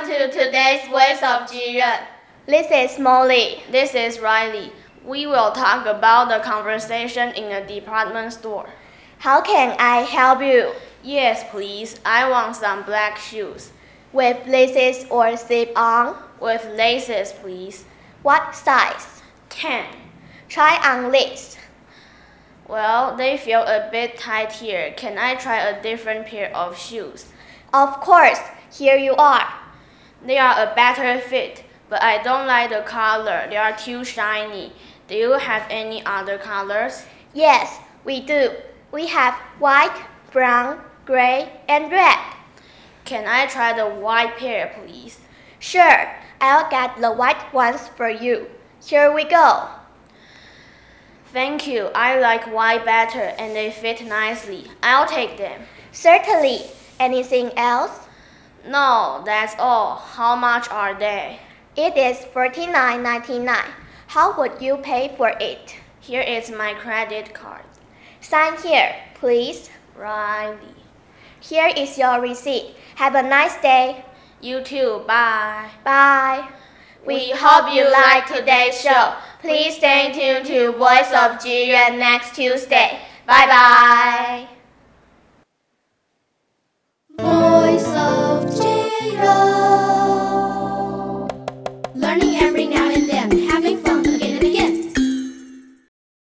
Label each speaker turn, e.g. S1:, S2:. S1: today's words of Jiren.
S2: This is Molly.
S1: This is Riley. We will talk about the conversation in the department store.
S2: How can I help you?
S1: Yes, please. I want some black shoes.
S2: With laces or zip on?
S1: With laces, please.
S2: What size?
S1: 10.
S2: Try on this.
S1: Well, they feel a bit tight here. Can I try a different pair of shoes?
S2: Of course, here you are.
S1: They are a better fit, but I don't like the color. They are too shiny. Do you have any other colors?
S2: Yes, we do. We have white, brown, gray, and red.
S1: Can I try the white pair, please?
S2: Sure, I'll get the white ones for you. Here we go.
S1: Thank you. I like white better and they fit nicely. I'll take them.
S2: Certainly. Anything else?
S1: No, that's all. How much are they?
S2: It is $49.99. How would you pay for it?
S1: Here is my credit card.
S2: Sign here, please.
S1: Riley.
S2: Here is your receipt. Have a nice day.
S1: You too. Bye.
S2: Bye.
S1: We hope you like today's show. Please stay tuned to Voice of Jiren next Tuesday. Bye bye.